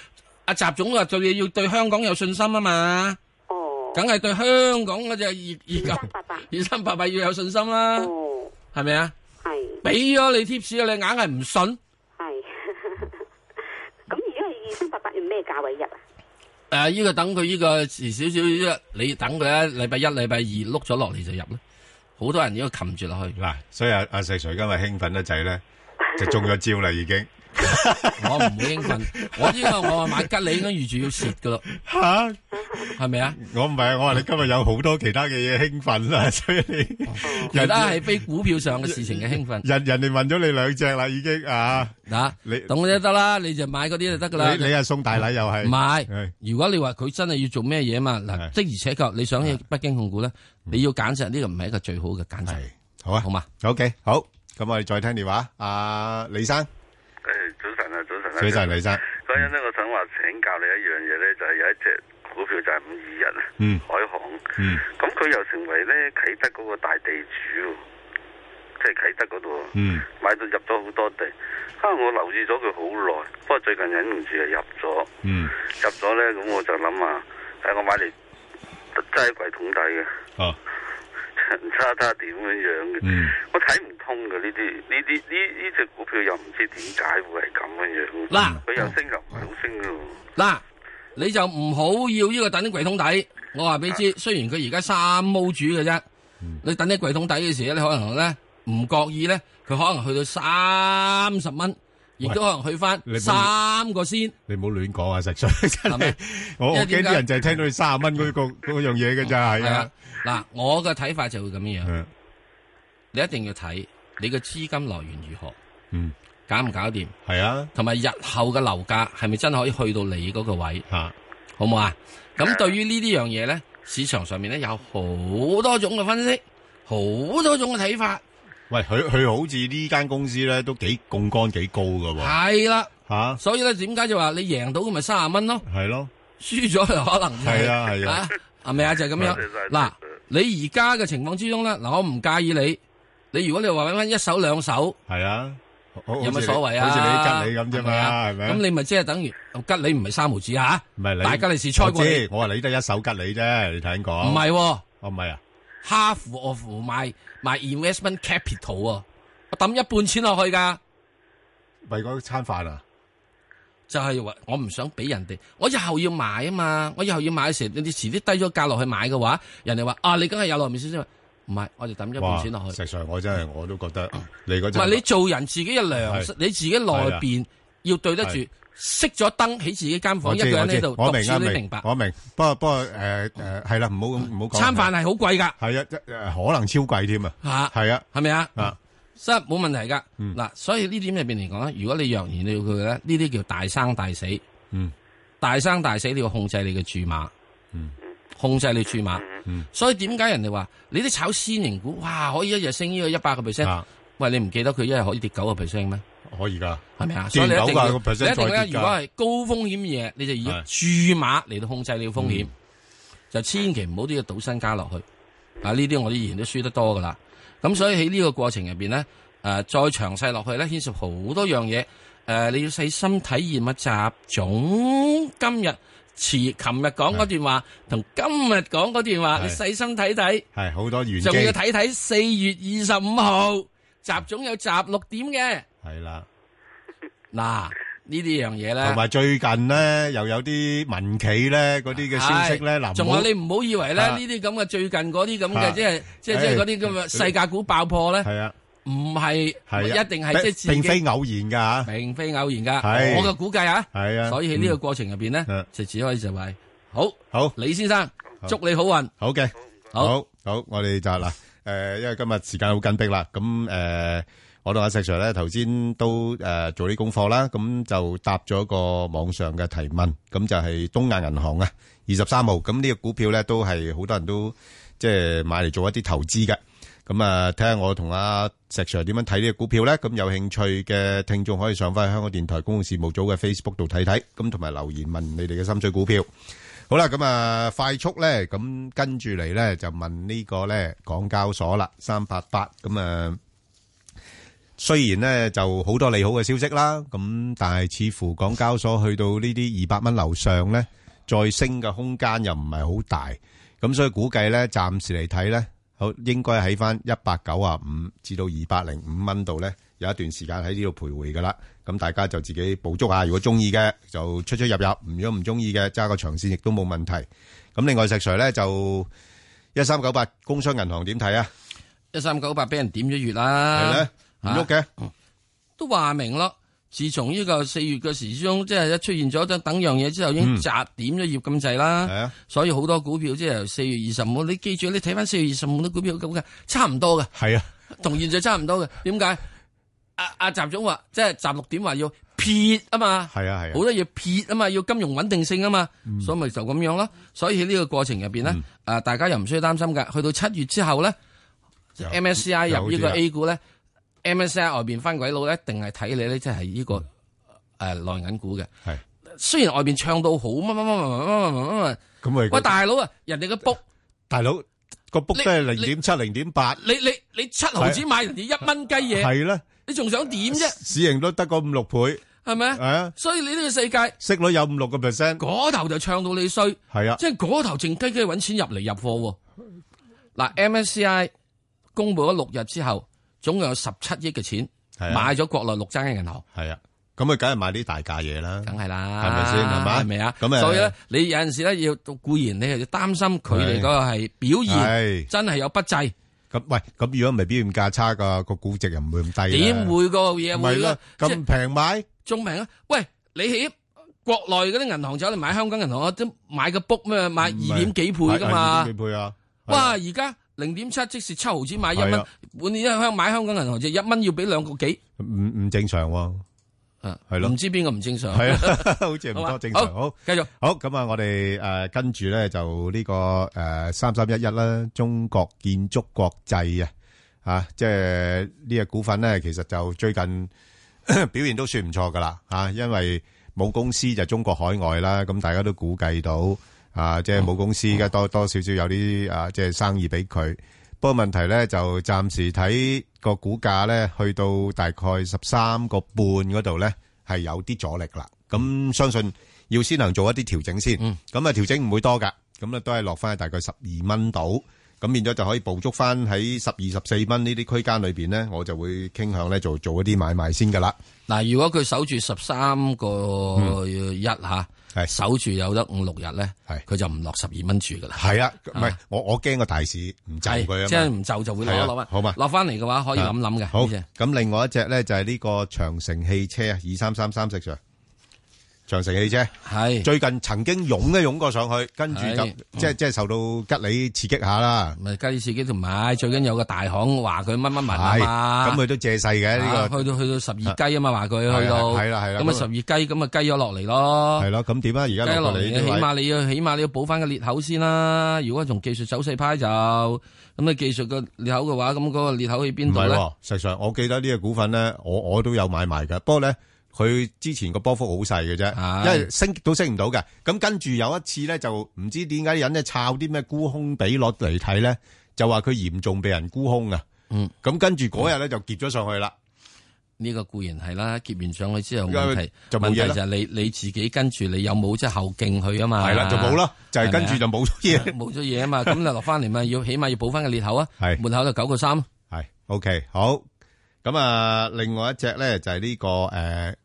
阿習總話對要對香港有信心啊嘛。哦，梗係對香港嗰只二二 九八八二三八八要有信心啦。哦，係咪啊？係。俾咗你 tips 啊，你硬係唔信。係。 咁如果係二三八八要咩價位入啊？诶、呢、個等佢呢個遲少少，你等佢啊，禮拜一、禮拜二碌咗落嚟就入啦。好多人呢個擒住落去。 嗱，所以阿-阿石Sir今日興奮得滯呢，就中咗招啦已經。我唔會興奮，我呢個我話買吉利應該預住要蝕噶咯。吓，係咪啊？ 我唔係，我話你今日有好多其他嘅嘢興奮啦，所以你 其他係非股票上嘅事情嘅興奮。人-人哋問咗你兩隻啦已經，啊。你-你-你係送大禮又係。唔係，如果你話佢真係要做咩嘢嘛，嗱，的而且確你想去北京控股咧，嗯你要揀擇呢個唔係一個最好嘅揀擇。好啊。好嘛。 OK，好，咁我哋再聽電話，阿李生。誒，早晨啊，早晨啊，早晨李生嗰陣咧，我想話請教你一樣嘢咧，就係有一隻股票就係五二一啊，嗯海航，嗯，咁佢又成為咧啟德嗰個大地主喎，即係啟德嗰度，嗯，買到入咗好多地，啊，我留意咗佢好耐，不過最近忍唔住就啊入咗，嗯，入咗咧，咁我就諗啊，誒，我買嚟擠喺櫃桶底嘅，哦， 差差點樣樣嘅，嗯。我睇唔通嘅呢啲呢啲呢呢只股票又唔知點解會係咁樣樣。嗱佢又升又唔係好升嘅喎。嗱，你就唔好要呢個等啲櫃桶底。我話俾你啊知，雖然佢而家三毛主嘅啫，嗯你等啲櫃桶底嘅時候，你可能咧唔覺意咧，佢可能去到三十蚊，亦都可能去翻你唔好三個先。你唔好亂講啊，石Sir，真係。我-因為我驚點解？啲人就係聽到你30蚊嗰個-嗰樣嘢㗎咋，係啊。係啊。嗱，我嘅睇法就會咁樣 Ờ, 樣，你一定要睇你嘅資金來源如何，嗯，搞唔搞掂，係啊，同埋日後嘅樓價係咪真可以去到你嗰個位，吓，好唔好啊？咁對於呢啲樣嘢咧，市場上面咧有好多種嘅分析，好多種嘅睇法，喂，佢-佢好似呢間公司呢，都幾槓桿幾高㗎喎。係啦，吓，所以咧點解就話你贏到咁咪三十蚊咯，係咯。輸咗就可能就係啊係啊，係咪啊？就係咁樣多謝晒嗱。你而家嘅情況之中咧，嗱，我唔介意你。你如果你話揾翻一手兩手，係啊，好有好似乜你所謂啊？好似你吉利咁啫嘛係咪啊咁你咪即係等於吉利唔係三毫子啊？唔係你-大吉利是猜過你，我知，我話你得一手吉利啫，你聽講。唔係喎，哦，唔係啊？哈佛我負買買 investment capital 喎，我抌一半錢落去㗎。為嗰餐飯啊？就係話我唔想俾人哋，我以後要買啊嘛，我以後要買嘅時候，你遲啲低咗價落去買嘅話，人哋話啊，你梗係有落面先先，唔係，我哋抌一哇！半錢落去。石 Sir，我真係我都覺 得你嗰唔陣係你做人自己嘅良係心，你自己內邊要對得住係，熄咗燈喺自己間我房，一知個我人知喺度我讀明書啊都明明白。我明。不過不過誒誒係啦，唔好咁唔好講。餐飯係好貴㗎，係啊，一誒可能超貴添啊。嚇係啊係咪啊？啊，真係冇問題㗎。嗯嗱，所以呢點入邊嚟講咧，如果你若然你要佢咧，呢啲叫大生大死。嗯，大生大死你要控制你嘅注碼。嗯，控制你注碼。嗯，所以點解人哋話你啲炒先型股，哇，可以一日升呢個一百個 percent？啊喂，你唔記得佢一日可以跌九個 percent 咩？可以㗎。係咪啊？所跌以你一唔定到㗎要個 percent 你一定再咧，跌㗎啊如果係高風險嘅嘢，你就以係注碼嚟到控制你嘅風嗯險，就千祈唔好都要賭身家落去。啊，呢啲我哋以前都輸得多噶啦。咁所以喺呢個過程入邊咧，誒、再詳細落去咧，牽涉好多樣嘢。誒、你要細心體驗一集總今日遲琴日講嗰段話，同今日講嗰段話，你係細心睇睇。係好多原機。仲要睇睇四月二十五號集總有集六點嘅。係啦。嗱，呢啲樣嘢咧，同埋最近咧又有啲民企咧嗰啲嘅消息咧，係嗱，仲唔好有你唔好以為咧啊呢啲咁嘅最近嗰啲咁啊嘅，即係即係即唉係嗰啲咁嘅世界股爆破咧，係啊，唔係係啊一定係並即係自並非己。偶然㗎嚇，並非偶然噶，係我嘅估計啊，係啊，所以喺呢個過程入邊嗯咧，就只可以就係好，好李先生，祝你好運，好嘅，好好好，我哋就嗱，誒，因為今日時間好緊迫啦，咁誒，我同阿石 Sir 咧頭先都誒做啲功課啦，咁就答咗個網上嘅提問，咁就係東亞銀行啊，二十三號，咁呢個股票咧都係好多人都即係買嚟做一啲投資嘅。咁啊，睇下我同阿石 Sir 點樣睇呢個股票咧。咁有興趣嘅聽眾可以上翻香港電台公共事務組嘅 Facebook 度睇睇，咁同埋留言問你哋嘅心水股票。好啦，咁啊，快速咧，咁跟住嚟咧就問呢個咧港交所啦，三八八咁啊。雖然咧就好多利好嘅消息啦，咁但係似乎港交所去到呢啲二百蚊樓上咧，再升嘅空間又唔係好大，咁所以估計咧暫時嚟睇咧，好應該喺翻一百九啊五至到二百零五蚊度咧，有一段時間喺呢度徘徊噶啦。咁大家就自己捕捉下，如果中意嘅就出出入入，唔如果唔中意嘅揸個長線亦都冇問題。咁另外石 Sir 咧就一三九八工商銀行點睇啊？一三九八俾人點咗月係啦咧，唔喐嘅。都話明咯。自從呢個四月嘅時鐘，即係一出現咗等等樣嘢之後，已經嗯砸點咗業咁滯啦。係啊所以好多股票即係由四月二十五，你記住，你睇翻四月二十五啲股票咁嘅，差唔多嘅，係啊，同現在差唔多嘅。點解？阿阿習總話，即係習六點話要撇啊嘛，係啊，係嗯啊好。多嘢撇啊嘛，要金融穩定性啊嘛，所以咪就咁樣咯。所以喺呢個過程入嗯邊呢，啊大家又唔需要擔心㗎。去到七月之後咧就，MSCI 入呢有啲啊個啦 A 股咧，MSCI 外邊翻鬼佬咧，一定係睇你咧，即係呢個誒內銀股嘅。係雖然外邊唱到好乜乜乜乜乜乜乜乜乜。咁咪喂，大佬啊，人哋嘅 book，大佬個 book 都係零點七、零點八，你你你七毫子買人哋一蚊雞嘢，係啦，你仲想點啫？市盈率得個五六倍，係咪係啊啊？所以你呢個世界息率有五六個 percent，嗰頭就唱到你衰，係啊即，係嗰頭靜雞雞揾錢入嚟入貨喎。嗱，MSCI 公布咗六日之後，總共有十七億嘅錢係啊買咗國內六間嘅銀行。係啊，咁啊，梗係買啲大價嘢啦，梗係啦，係咪先係嘛係咪啊？咁啊咁所以咧，你有陣時咧要固然你係要擔心佢哋嗰個係表係啊現真係有不濟，咁喂，咁如果唔係表現價差噶，個估值又唔會咁低，點？會個嘢咪會啦咧，？咁即係平買仲平啊！喂，你喺國內嗰啲銀行走嚟買香港銀行啊，都買個 book 咩？買二點幾倍噶係係嘛二點？幾倍啊？係哇！啊，而家零點七，即是七毫子買一係蚊啊，本年一香買香港銀行就一蚊要俾兩個幾，唔唔正常喎，啊係咯唔知邊個唔正常？係啊， 好似唔好嘛多正常，好。繼續好，咁啊，我哋诶跟住咧就呢、個个诶三三一一啦，中國建築國際啊，啊，即係呢只股份咧，其實就最近 表現都算唔錯噶啦，啊，因為母公司就中國海外啦，咁大家都估計到啊，即係母公司而家多多少少有啲啊，即係生意俾佢。不過問題咧就暫時睇個股價咧，去到大概十三個半嗰度咧，係有啲阻力啦。咁相信要先能做一啲調整先。咁啊、調整唔會多噶，咁啊都係落翻去大概十二蚊度。咁咁變咗就可以捕捉翻喺十二十四蚊呢啲區間裏邊咧，我就會傾向咧做做一啲買賣先噶啦。嗱，如果佢守住十三個嗯一吓，守住有得五六日咧，佢就唔落十二蚊住噶啦。係啊，唔係我我驚個大市唔就佢啊嘛係即係唔就就會落一係啊落翻好嘛落翻嚟嘅話可以諗諗嘅。啊好，呢隻咁另外一隻咧就係呢個長城汽車啊，二三三三石 Sir。長城汽車係最近曾經湧一湧過上去，跟住就係即係即係受到吉利刺激下啦。咪吉利刺激同埋最緊有個大行話佢乜乜文啊係嘛，咁佢都借勢嘅呢個啊去到去到十二雞啊嘛，話佢去到係啦係啦咁啊咁啊十二雞咁啊雞咗落嚟咯。係咯，咁點啊？而家雞落落到嚟嚟，呢起啲位碼你要起碼你要補翻個裂口先啦。如果從技術走勢派就咁你技術個裂口嘅話，咁嗰個裂口喺邊唔度係咧喎？，實上我記得呢個股份咧，我我都有買埋嘅。不過咧，佢之前個波幅好細嘅啫，因為升都升唔到嘅。咁跟住有一次咧，就唔知點解啲人咧抄啲咩沽空比率嚟睇咧，就話佢嚴重被人沽空啊。嗯，咁跟住嗰日咧就夾咗上去啦。呢個固然係啦，結完上去之後因為問題啊就冇問題嘢啦就係你你自己跟住你有冇即係後勁去啊嘛？係啦就冇啦就係跟住就冇咗嘢係咪啊 冇咗嘢啊嘛。咁你落翻嚟咪要起碼要補翻個裂口啊。係門口就九個三。係 OK 好。咁啊，另外一隻咧就係呢個誒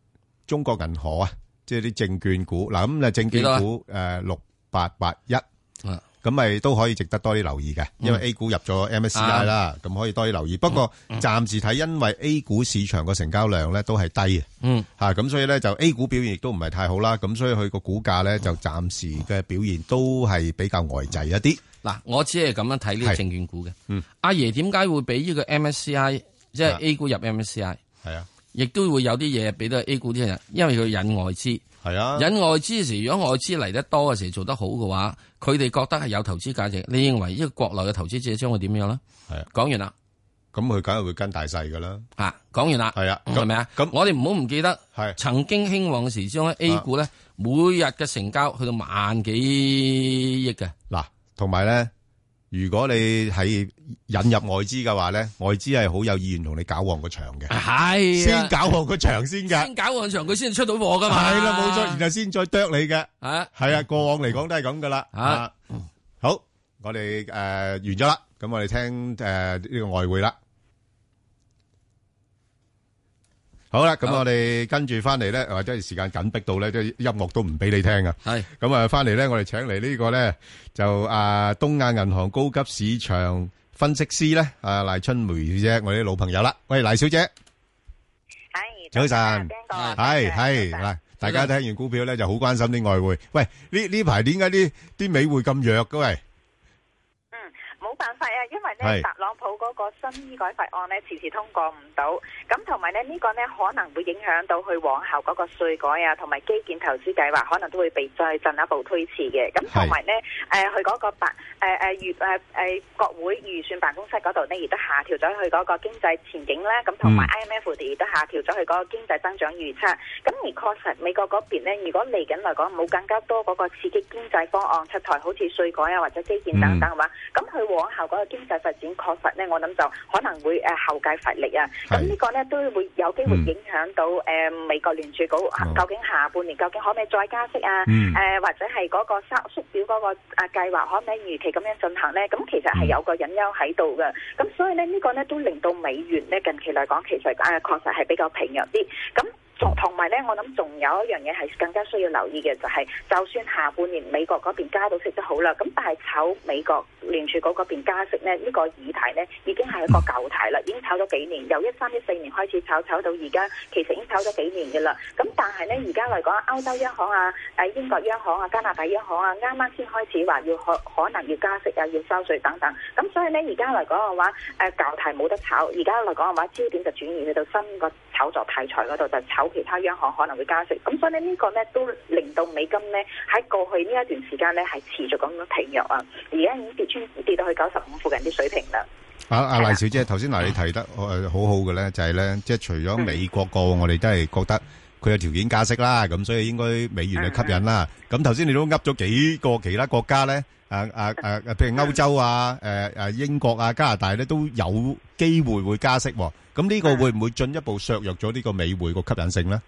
中國銀河啊，即係啲證券股嗱。咁啊，證幾多券啊股誒六八八一。啊咁咪都可以值得多啲留意嘅，因為嗯 A 股入咗 MSCI 啦，咁可以多啲留意。不過暫時睇，因為 A 股市場個成交量咧都係低嘅，嗯嚇咁所以咧就 A 股表現亦都唔係太好啦，咁所以佢個股價咧就暫時嘅表現都係比較呆滯一啲。嗱，我只係咁樣睇呢個係證券股嘅。嗯啊阿爺點解會俾呢個 MSCI 即係 A 股入 MSCI？係啊，亦都會有啲嘢俾到 A 股啲人，因為佢引外資。係啊，引外資時，如果外資嚟得多嘅時做得好嘅話，佢哋覺得係有投資價值。你認為呢個國內嘅投資者將會點樣咧？係啊，講完啦，咁佢梗係會跟大細噶啦。啊，講完啦，係啊，係咪啊？咁我哋唔好唔記得，曾經興旺時啊將 A 股咧，每日嘅成交去到萬幾億嘅。嗱，同埋咧，如果你係引入外資嘅話咧，外資係好有意願同你搞旺個場嘅，係先搞旺個場先㗎。啊先搞旺場，佢先出到貨噶嘛。係啦，冇錯，然後先再啄你嘅。啊，係啊，過往嚟講都係咁噶啦。啊啊，好，我哋誒完咗啦，咁我哋聽誒呢個外匯啦。好啦，咁我哋跟住翻嚟咧，或者係時間緊迫到咧，即係音樂都唔俾你聽啊。係咁啊，翻嚟咧，我哋請嚟呢個咧就啊東亞銀行高級市場分析師咧，啊賴春梅啫，我哋啲老朋友啦。喂，賴小姐。早晨， 係係嗱，大家聽完股票咧就好關心啲外匯。喂，呢呢排點解啲啲美匯咁弱嘅？喂，冇辦法啊，因為係咧特朗普嗰個新醫改法案咧遲遲通過唔到，咁同埋咧呢個呢可能會影響到佢往後嗰個稅改啊，同埋基建投資計劃可能都會被再進一步推遲嘅。咁同埋呢，誒佢嗰個辦誒誒預誒誒國會預算辦公室嗰度呢，亦都下調咗佢嗰個經濟前景啦，咁同埋嗯 IMF 亦都下調咗佢嗰個經濟增長預測。咁而確實美國嗰邊呢，如果嚟緊嚟講冇更加多嗰個刺激經濟方案出台，好似稅改啊或者基建等等嘅話，咁佢、往後嗰個經濟發展確實呢，我諗就可能會誒、呃、後繼乏力啊。咁呢個呢，都會有機會影響到誒、呃美國聯儲局究竟下半年究竟可唔可以再加息啊？誒、嗯或者係嗰個縮縮表嗰個啊計劃可唔可以如期咁樣進行呢？咁其實係有個隱憂喺度嘅。咁所以呢，呢、個呢，都令到美元呢，近期嚟講其實誒、呃、確實係比較疲弱啲。咁同同埋咧，我諗仲有一樣嘢係更加需要留意嘅，就係、就算下半年美國嗰邊加到息都好啦，咁但係炒美國聯儲局嗰邊加息咧，呢、呢個議題咧已經係一個舊題啦，已經炒咗幾年，由一三一四年開始炒，炒到而家，其實已經炒咗幾年嘅啦。咁但係咧，而家嚟講，歐洲央行啊、誒英國央行啊、加拿大央行啊，啱啱先開始話要可可能要加息啊、要收稅等等。咁所以咧，而家嚟講嘅話，誒舊題冇得炒，而家嚟講嘅話，焦點就轉移去到新個炒作題材嗰度，就炒其他央行可能會加息。咁所以呢，呢個咧都令到美金咧喺過去呢一段時間咧係持續咁樣疲弱啊，而家已經跌穿跌到去九十五附近啲水平啦。阿阿賴小姐，頭先嗱你提得誒好好嘅咧，就係咧，即係除咗美國個，我哋都係覺得佢有條件加息啦，咁所以應該美元去吸引啦。咁頭先你都噏咗幾個其他國家咧，誒誒誒，譬如歐洲啊、誒誒英國啊、加拿大咧都有機會會加息喎。咁呢個會唔會進一步削弱咗呢個美匯個吸引性咧？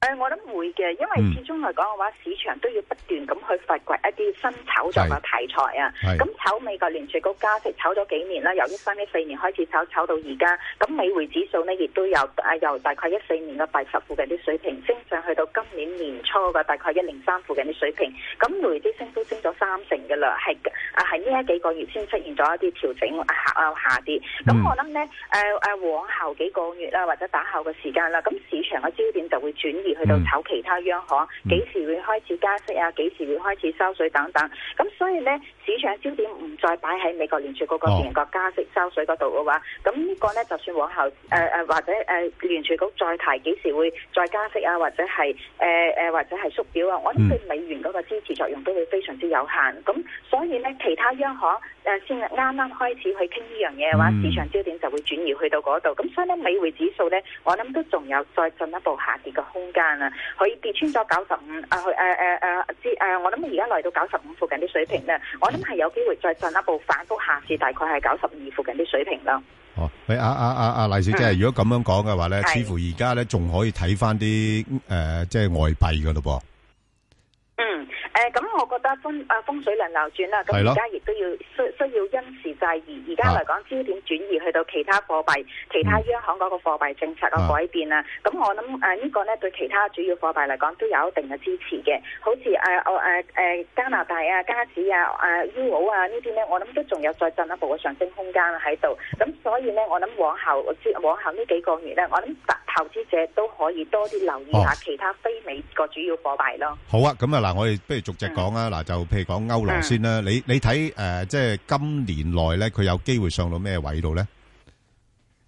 誒、呃我諗會嘅，因為始終嚟講嘅話，市場都要不斷咁去發掘一啲新炒作嘅題材啊。係咁炒美國聯儲局加息炒咗幾年啦，由一三一四年開始炒，炒到而家。咁美匯指數呢，亦都由啊由大概一四年嘅八十附近啲水平，升上去到今年年初嘅大概一零三附近啲水平。咁累積升都升咗三成嘅啦，係啊係呢一幾個月先出現咗一啲調整啊下啊下跌。咁嗯我諗呢，誒、誒往後幾個月啦，或者打後嘅時間啦，咁市場嘅焦點就會轉移去到嗯炒其他央行，幾時會開始加息啊，幾時會開始收水等等。咁所以呢，市場焦點唔再擺喺美國聯儲局嗰哦邊個加息收水嗰度嘅話，咁呢個呢，就算往後誒誒、呃或者誒、聯儲局再提幾時會再加息啊，或者係誒誒或者係縮表啊，我諗對美元嗰個支持作用都會非常之有限。咁所以呢，其他央行誒、呃先啱啱開始去傾呢樣嘢嘅話，嗯市場焦點就會轉移去到嗰度。咁所以呢，美匯指數呢，我諗都仲有再進一步下跌嘅空間啦。佢跌穿咗九十五啊，佢誒誒誒至誒，呃我諗而家嚟到九十五附近啲水平咧，我諗係有機會再進一步反覆下至大概係九十二附近啲水平啦。喂，啊啊啊啊，賴小姐，嗯如果咁樣講嘅話咧，係似乎而家咧仲可以睇翻啲誒，即係外幣噶咯嗯，誒、咁我覺得風啊風水輪流轉啦，咁係咯啊而家亦都要需需要因時制宜。而家嚟講，焦點轉移去到其他貨幣、其他嗯央行嗰個貨幣政策啊嘅改變啦。啊咁、我諗誒呢個呢對其他主要貨幣嚟講都有一定嘅支持嘅，好似誒我誒誒加拿大啊、加紙啊、誒、Euro 啊呢啲呢，我諗都仲有再進一步嘅上升空間喺度。咁所以呢，我諗往後往後呢幾個月呢，我諗投資者都可以多啲留意下哦其他非美國主要貨幣咯。噃。好啊，咁啊嗱，我哋不如逐隻講啊，嗱就譬如講歐羅先啦，你你睇誒，即係今年內咧，佢有機會上到咩位度咧？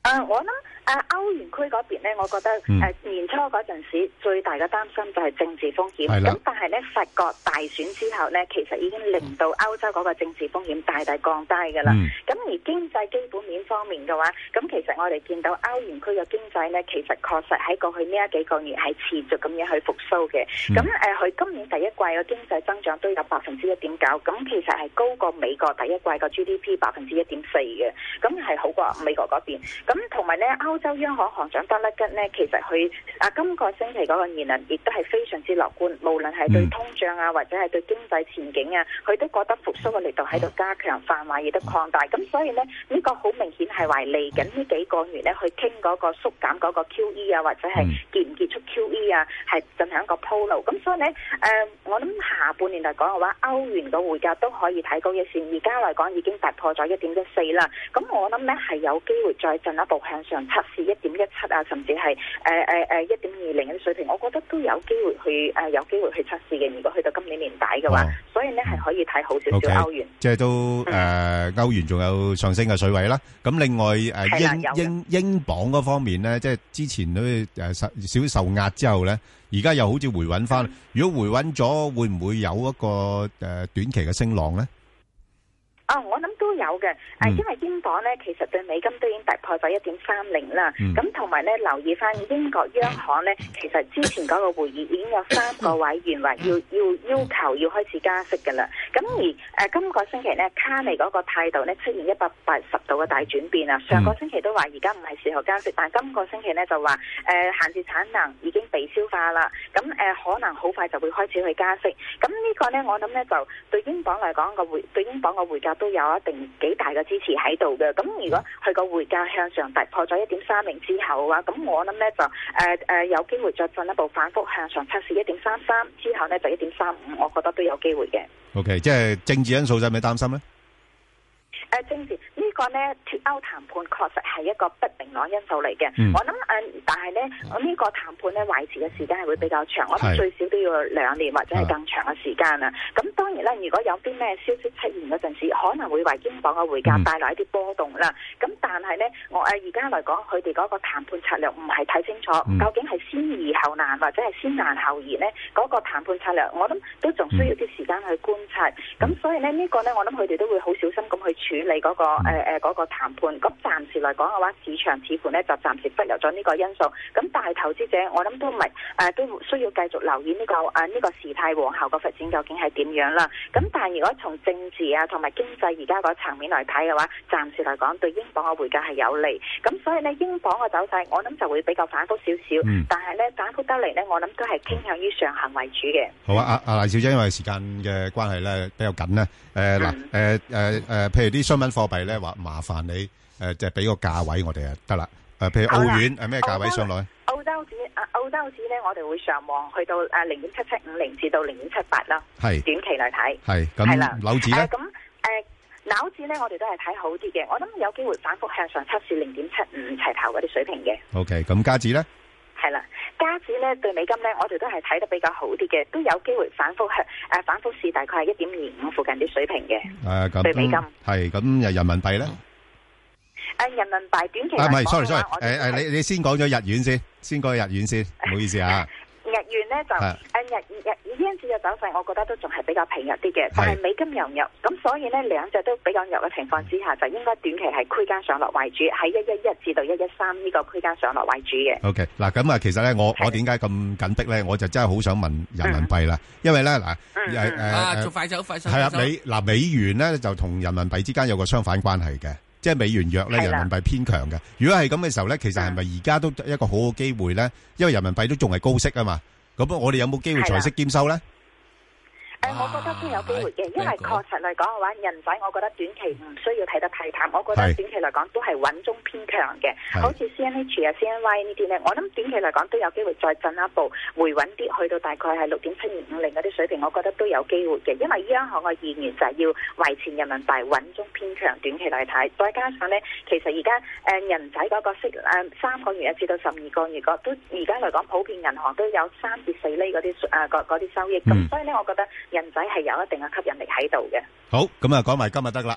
誒、啊我諗誒、歐元區嗰邊咧，我覺得誒、嗯年初嗰陣時最大嘅擔心就係政治風險。係啦咁但係咧，法國大選之後咧，其實已經令到歐洲嗰個政治風險大大降低㗎啦。嗯咁而經濟基本面方面嘅話，咁其實我哋見到歐元區嘅經濟咧，其實確實喺過去呢一幾個月係持續咁樣去復甦嘅。嗯咁誒、呃佢今年第一季嘅經濟增長都有百分之一點九，咁其實係高過美國第一季個 GDP 百分之一點四嘅，咁係好過美國嗰邊。咁同埋咧，歐洲央行行長德拉吉咧，其實佢啊今個星期嗰個言論亦都係非常之樂觀，無論係對通脹啊，或者係對經濟前景啊，佢都覺得復甦嘅力度喺度加強，範圍亦都擴大。咁所以咧，呢、個好明顯係為嚟緊呢幾個月咧，去傾嗰個縮減嗰個 QE 啊，或者係結唔結束 QE 啊，係進行一個鋪路。咁所以咧，誒、我諗下半年嚟講嘅話，歐元嘅匯價都可以睇高一線，而家嚟講已經突破咗一點一四啦。咁我諗咧係有機會再進一步向上測試一點一七啊，甚至係誒誒誒一點二零嘅水平，我覺得都有機會去誒、有機會去測試嘅。如果去到今年年底嘅話，哦所以咧係可以睇好少 O K，少歐元。即係都誒歐元仲有上升嘅水位啦。咁另外係誒啦有嘅英英英鎊嗰方面咧，即係之前都誒受少受壓之後咧，而家又好似回穩翻。如果回穩咗，會唔會有一個誒短期嘅升浪咧？啊，我諗都有嘅，誒、啊因為英鎊咧其實對美金都已經突破咗一點三零啦。咁同埋咧，留意翻英國央行咧，其實之前嗰個會議已經有三個委員話要要要求要開始加息嘅啦。咁而誒、今個星期咧，卡尼嗰個態度咧出現一百八十度嘅大轉變啊！上個星期都話而家唔係時候加息，但係今個星期咧就話誒、限制產能已經被消化啦。咁誒、可能好快就會開始去加息。咁呢個呢，我諗呢就對英鎊嚟講個匯對英鎊個匯價都有一定幾大嘅支持喺度嘅。咁如果佢個匯價向上突破咗一點三零之後嘅話，咁我諗呢就誒誒、呃有機會再進一步反覆向上測試一點三三之後呢，就一點三五，我覺得都有機會嘅。 O K，即係政治因素使唔使擔心咧？誒、呃政治呢、個呢脱歐談判確實係一個不明朗因素嚟嘅。嗯我諗誒、呃但係呢，我呢個談判呢維持嘅時間係會比較長，我係啊諗最少都要兩年或者係更長嘅時間啦。咁當然啦，如果有啲咩消息出現嗰陣時，可能會為英鎊嘅匯嗯價帶來一啲波動啦。咁、但係呢，我誒而家嚟講，佢哋嗰個談判策略唔係睇清楚，嗯究竟係先易後難或者係先難後易呢？嗰、個談判策略，我諗都仲需要啲時間去觀察。咁所以呢，呢、個呢，我諗佢哋都會好小心咁去處理嗰、個誒誒嗰個談判。咁暫時嚟講嘅話，市場似乎咧就暫時忽略咗呢個因素。咁但係投資者我諗都明誒、都需要繼續留意呢、個誒啊呢、個事態往後個發展究竟係點樣啦。咁但係如果從政治啊同埋經濟而家嗰層面嚟睇嘅話，暫時嚟講對英鎊嘅匯價係有利。咁所以咧英鎊嘅走勢我諗就會比較反覆少少，嗯但係咧反覆得嚟咧我諗都係傾向於上行為主嘅。好啊，阿阿賴小姐，因為時間嘅關係咧比較緊咧，誒嗱，誒誒誒，譬如啲商品貨幣咧，話麻煩你誒，即係俾個價位我哋啊得啦，誒，譬如澳元係咩價位上落咧？澳洲指啊，澳洲指咧，我哋會上望去到啊零點七七五零至到零點七八啦，係短期嚟睇係咁係啦，紐指咧啊咁誒紐指咧，我哋都係睇好啲嘅，我諗有機會反覆向上測試零點七五齊頭嗰啲水平嘅。 OK，咁加指咧？係啦，加指咧對美金咧，我哋都係睇得比較好啲嘅，都有機會反覆向誒、啊反覆試大概係一點二五附近啲水平嘅。誒咁對美金係咁，人人民幣咧？誒、人民幣短期啊，唔嚟係講，sorry 嘅話 sorry，誒誒，你你先講咗日元先，先講日元 先，唔好意思啊。日元咧就係誒日日日元指嘅走勢，我覺得都仲係比較平弱啲嘅，但係係美金又弱，咁所以呢，兩隻都比較弱嘅情況之下，就應該短期係區間上落為主，喺一一一至到一一三呢個區間上落為主嘅。 OK，嗱咁啊，其實咧，我我點解咁緊迫咧？我就真係好想問人民幣啦，因為咧嗱，誒啊，誒做快手快手，係啊，快手美嗱美元咧就同人民幣之間有個相反關係嘅，即係美元弱咧，係人啦民幣偏強嘅。如果係咁嘅時候咧，其實係咪而家都一個好好機會咧？因為人民幣都仲係高息啊嘛，咁我哋有冇機會係啦財息兼收咧？啊誒，呃我覺得都有機會嘅，因為確實嚟講嘅話，人仔我覺得短期唔需要睇得太淡，我覺得係短期嚟講都係穩中偏強嘅。係好似 CNH 啊、CNY 呢啲呢，我諗短期嚟講都有機會再進一步回穩啲，去到大概係六點七二五零嗰啲水平，我覺得都有機會嘅。因為央行嘅意願就係要維持人民幣穩中偏強，短期嚟睇，再加上呢，其實而家誒人仔嗰個息誒三個月啊至到十二個月嗰都而家嚟講，普遍銀行都有三至四厘嗰啲誒嗰嗰啲收益，咁、嗯所以呢，我覺得人仔係有一定嘅吸引力喺度嘅。好，咁啊，講埋今日得啦，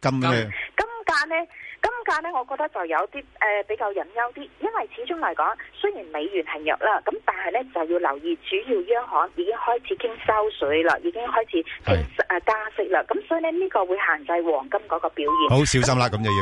今嘅金價呢，金價呢，我覺得就有啲誒、呃比較隱憂啲，因為始終嚟講，雖然美元係弱啦，咁但係呢就要留意，主要央行已經開始傾收水啦，已經呃開始傾誒加息啦，咁所以呢，呢、個會限制黃金嗰個表現。好小心啦，咁就要。